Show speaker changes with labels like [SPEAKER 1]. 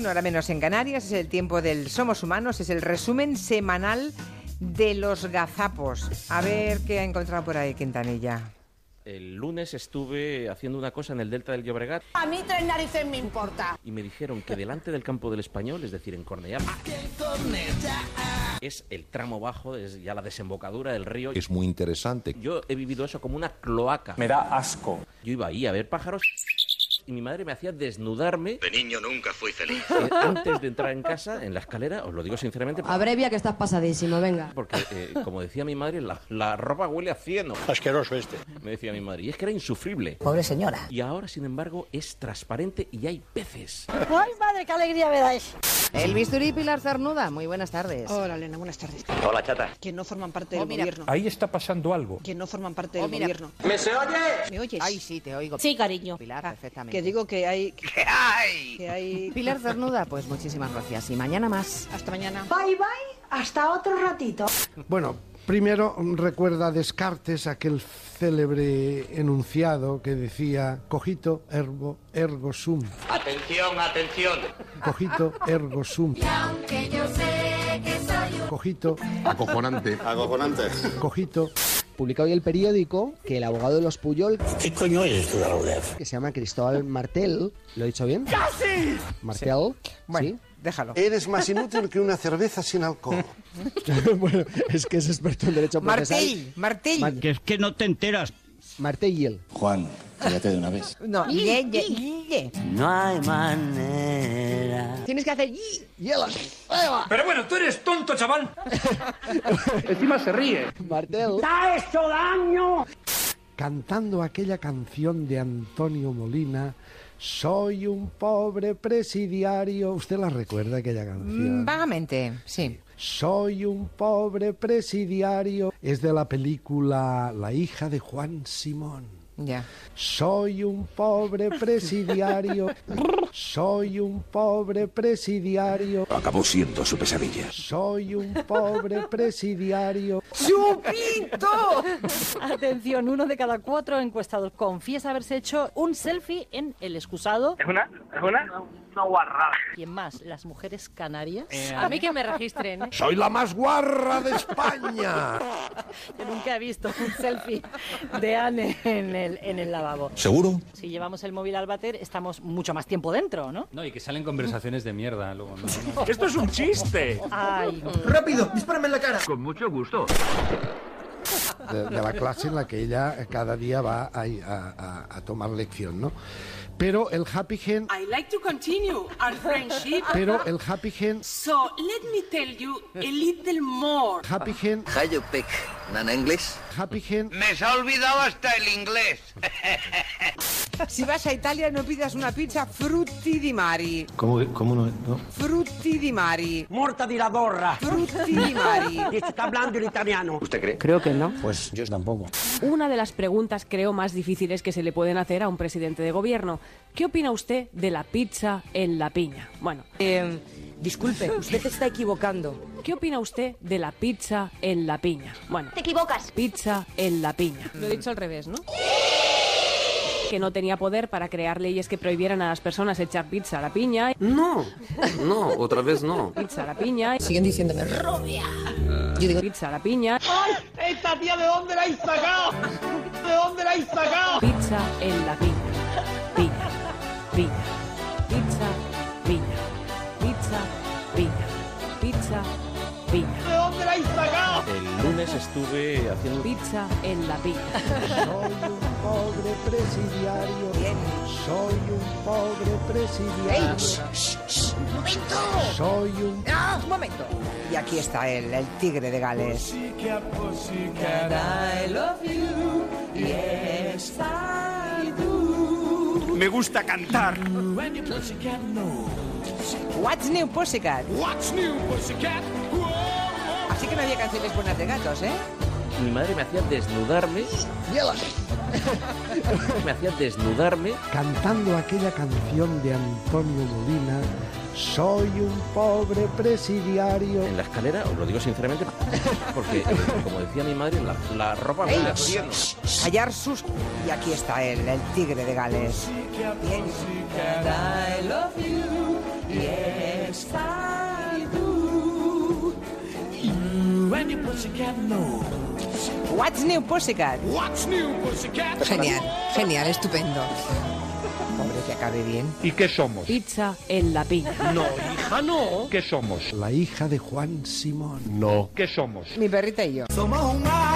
[SPEAKER 1] Una hora menos en Canarias, es el tiempo del Somos Humanos, es el resumen semanal de los gazapos. A ver qué ha encontrado por ahí Quintanilla.
[SPEAKER 2] El lunes estuve haciendo una cosa en el Delta del Llobregat
[SPEAKER 3] A mí tres narices me importa.
[SPEAKER 2] y me dijeron que delante del campo del español, es decir, en Cornellá, es el tramo bajo, es ya la desembocadura del río.
[SPEAKER 4] es muy interesante.
[SPEAKER 2] Yo he vivido eso como una cloaca.
[SPEAKER 5] Me da asco.
[SPEAKER 2] Yo iba ahí a ver pájaros y mi madre me hacía
[SPEAKER 6] De
[SPEAKER 2] desnudarme
[SPEAKER 6] Este niño nunca fui feliz.
[SPEAKER 2] eh, antes de entrar en casa, en la escalera, os lo digo sinceramente,
[SPEAKER 7] Abrevia que estás pasadísimo, venga.
[SPEAKER 2] porque eh, como decía mi madre, la, la ropa huele a cieno,
[SPEAKER 6] Asqueroso este.
[SPEAKER 2] me decía mi madre, y es que era insufrible.
[SPEAKER 3] Pobre señora.
[SPEAKER 2] Y ahora, sin embargo, es transparente y hay peces.
[SPEAKER 3] ¡Ay, madre, qué alegría me dais!
[SPEAKER 1] El bisturí Pilar Zarnuda, muy buenas tardes.
[SPEAKER 8] Hola Elena, buenas tardes.
[SPEAKER 6] Hola, chata.
[SPEAKER 8] Que no forman parte
[SPEAKER 1] Oh,
[SPEAKER 8] del
[SPEAKER 1] mira.
[SPEAKER 8] gobierno.
[SPEAKER 5] Ahí está pasando algo.
[SPEAKER 8] Que no forman parte
[SPEAKER 1] Oh,
[SPEAKER 8] del
[SPEAKER 1] mira.
[SPEAKER 8] gobierno.
[SPEAKER 5] ¿Me se oye?
[SPEAKER 8] ¿Me oyes?
[SPEAKER 1] Ay, sí, te oigo.
[SPEAKER 9] Sí, cariño.
[SPEAKER 1] Pilar, perfectamente.
[SPEAKER 8] que digo que hay... Que hay? Que hay...
[SPEAKER 1] Pilar Zarnuda, pues muchísimas gracias y mañana más.
[SPEAKER 8] Hasta mañana.
[SPEAKER 3] Bye, bye, hasta otro ratito.
[SPEAKER 10] Bueno, primero mm, recuerda Descartes aquel célebre enunciado que decía cogito ergo ergo sum,
[SPEAKER 6] Atención, atención.
[SPEAKER 10] cogito ergo sum. Cogito,
[SPEAKER 4] Acojonante.
[SPEAKER 6] Acojonante.
[SPEAKER 10] cogito.
[SPEAKER 11] Publica hoy el periódico que el abogado de los Puyol,
[SPEAKER 6] ¿Qué coño eres tú,
[SPEAKER 11] que se llama Cristóbal Martel, ¿lo he dicho bien? ¡Casi! Martel,
[SPEAKER 1] Bueno, déjalo.
[SPEAKER 10] Eres más inútil que una cerveza sin alcohol.
[SPEAKER 11] ¿sí? bueno, es que es experto en derecho procesal.
[SPEAKER 1] Martell, Martell.
[SPEAKER 11] Mar-
[SPEAKER 5] es que no te enteras.
[SPEAKER 11] Martel.
[SPEAKER 6] Juan, cállate de una vez.
[SPEAKER 1] no, Mm, ye, ye, ye.
[SPEAKER 5] No hay manera.
[SPEAKER 11] Tienes que hacer y- hielo.
[SPEAKER 5] Ah. Pero bueno, tú eres tonto, chaval. Encima se ríe.
[SPEAKER 11] Martel.
[SPEAKER 10] Cantando aquella canción de Antonio Molina, Soy un pobre presidiario. ¿Usted la recuerda aquella canción?
[SPEAKER 1] Mm, Vagamente, sí.
[SPEAKER 10] Soy un pobre presidiario. Es de la película La hija de Juan Simón.
[SPEAKER 1] Ya.
[SPEAKER 10] Soy un pobre presidiario. Soy un pobre presidiario.
[SPEAKER 4] Acabó siendo su pesadilla.
[SPEAKER 10] Soy un pobre presidiario.
[SPEAKER 1] ¡Chupito!
[SPEAKER 9] Atención, uno de cada cuatro encuestados confiesa haberse hecho un selfie en el excusado. ¿Es una? ¿Es una? Una guarrada. Y en más, las mujeres canarias. A mí que me registren. ¿eh?
[SPEAKER 4] Soy la más guarra de España.
[SPEAKER 9] Yo nunca he visto un selfie de Anne en el, en el lavabo.
[SPEAKER 4] ¿Seguro?
[SPEAKER 9] Si llevamos el móvil al váter, estamos mucho más tiempo dentro, ¿no?
[SPEAKER 5] No, y que salen conversaciones de mierda luego.
[SPEAKER 4] Esto es un chiste.
[SPEAKER 9] Ay,
[SPEAKER 10] ¡Rápido! ¡Dispárame en la cara!
[SPEAKER 5] Con mucho gusto.
[SPEAKER 10] De, de la clase en la que ella eh, cada día va a, a- a- a tomar lección, ¿no? Pero el happy gen.
[SPEAKER 8] I like to continue our friendship.
[SPEAKER 10] Pero el happy gen.
[SPEAKER 8] So, let me tell you a little more.
[SPEAKER 10] Happy gen.
[SPEAKER 6] Hayo Peck, ¿nana inglés?
[SPEAKER 10] Happy gen.
[SPEAKER 6] Me se ha olvidado hasta el inglés.
[SPEAKER 1] Si vas a Italia no pidas una pizza frutti di mari.
[SPEAKER 5] ¿Cómo, cómo no,
[SPEAKER 1] Frutti di mari.
[SPEAKER 5] Morta di la borra.
[SPEAKER 1] Frutti di mari.
[SPEAKER 5] Está hablando el italiano.
[SPEAKER 6] ¿Usted cree?
[SPEAKER 1] Creo que no.
[SPEAKER 6] Pues yo tampoco.
[SPEAKER 8] Una de las preguntas, creo, más difíciles que se le pueden hacer a un presidente de gobierno. ¿Qué opina usted de la pizza en la piña? Bueno,
[SPEAKER 7] Eh, disculpe, usted está equivocando.
[SPEAKER 8] ¿qué opina usted de la pizza en la piña? Bueno,
[SPEAKER 3] Te equivocas.
[SPEAKER 8] pizza en la piña.
[SPEAKER 9] lo he dicho al revés, ¿no?
[SPEAKER 8] Que no tenía poder para crear leyes que prohibieran a las personas echar pizza a la piña,
[SPEAKER 5] No, no, otra vez no.
[SPEAKER 8] pizza a la piña, Eh.
[SPEAKER 7] Siguen diciéndome, Robia. Yo digo,
[SPEAKER 8] pizza a la piña. ¡Ay! ¿Esta tía de dónde la habéis sacado? ¿De dónde la habéis sacado? Pizza en la piña. Piña. Piña. Pizza. Piña. Pizza. Piña. Pizza. Piña.
[SPEAKER 2] El lunes estuve haciendo
[SPEAKER 8] Pizza en la piña.
[SPEAKER 10] Soy un pobre presidiario. Soy un pobre presidiario. Soy un
[SPEAKER 1] Ah, un momento. Y aquí está él, el tigre de Gales.
[SPEAKER 4] Me gusta cantar.
[SPEAKER 1] What's new, pussycat? Así que no había canciones buenas de gatos, ¿eh?
[SPEAKER 2] Mi madre me hacía desnudarme. me hacía desnudarme.
[SPEAKER 10] cantando aquella canción de Antonio Molina, soy un pobre presidiario.
[SPEAKER 2] En la escalera, os lo digo sinceramente, porque, eh, como decía mi madre, la, la ropa huele a cieno.
[SPEAKER 1] Hallar sus... Y aquí está él, el tigre de Gales. Bien.
[SPEAKER 12] fiesta y tú. You and your pussycat, no.
[SPEAKER 1] What's New Pussycat.
[SPEAKER 12] What's new, pussycat?
[SPEAKER 1] Genial, genial, estupendo. Hombre, que acabe bien.
[SPEAKER 5] ¿Y qué somos?
[SPEAKER 8] Pizza en la piña.
[SPEAKER 5] No, hija, no. ¿Qué somos?
[SPEAKER 10] La hija de Juan Simón.
[SPEAKER 5] No. ¿Qué somos?
[SPEAKER 1] Mi perrita y yo.
[SPEAKER 12] Somos un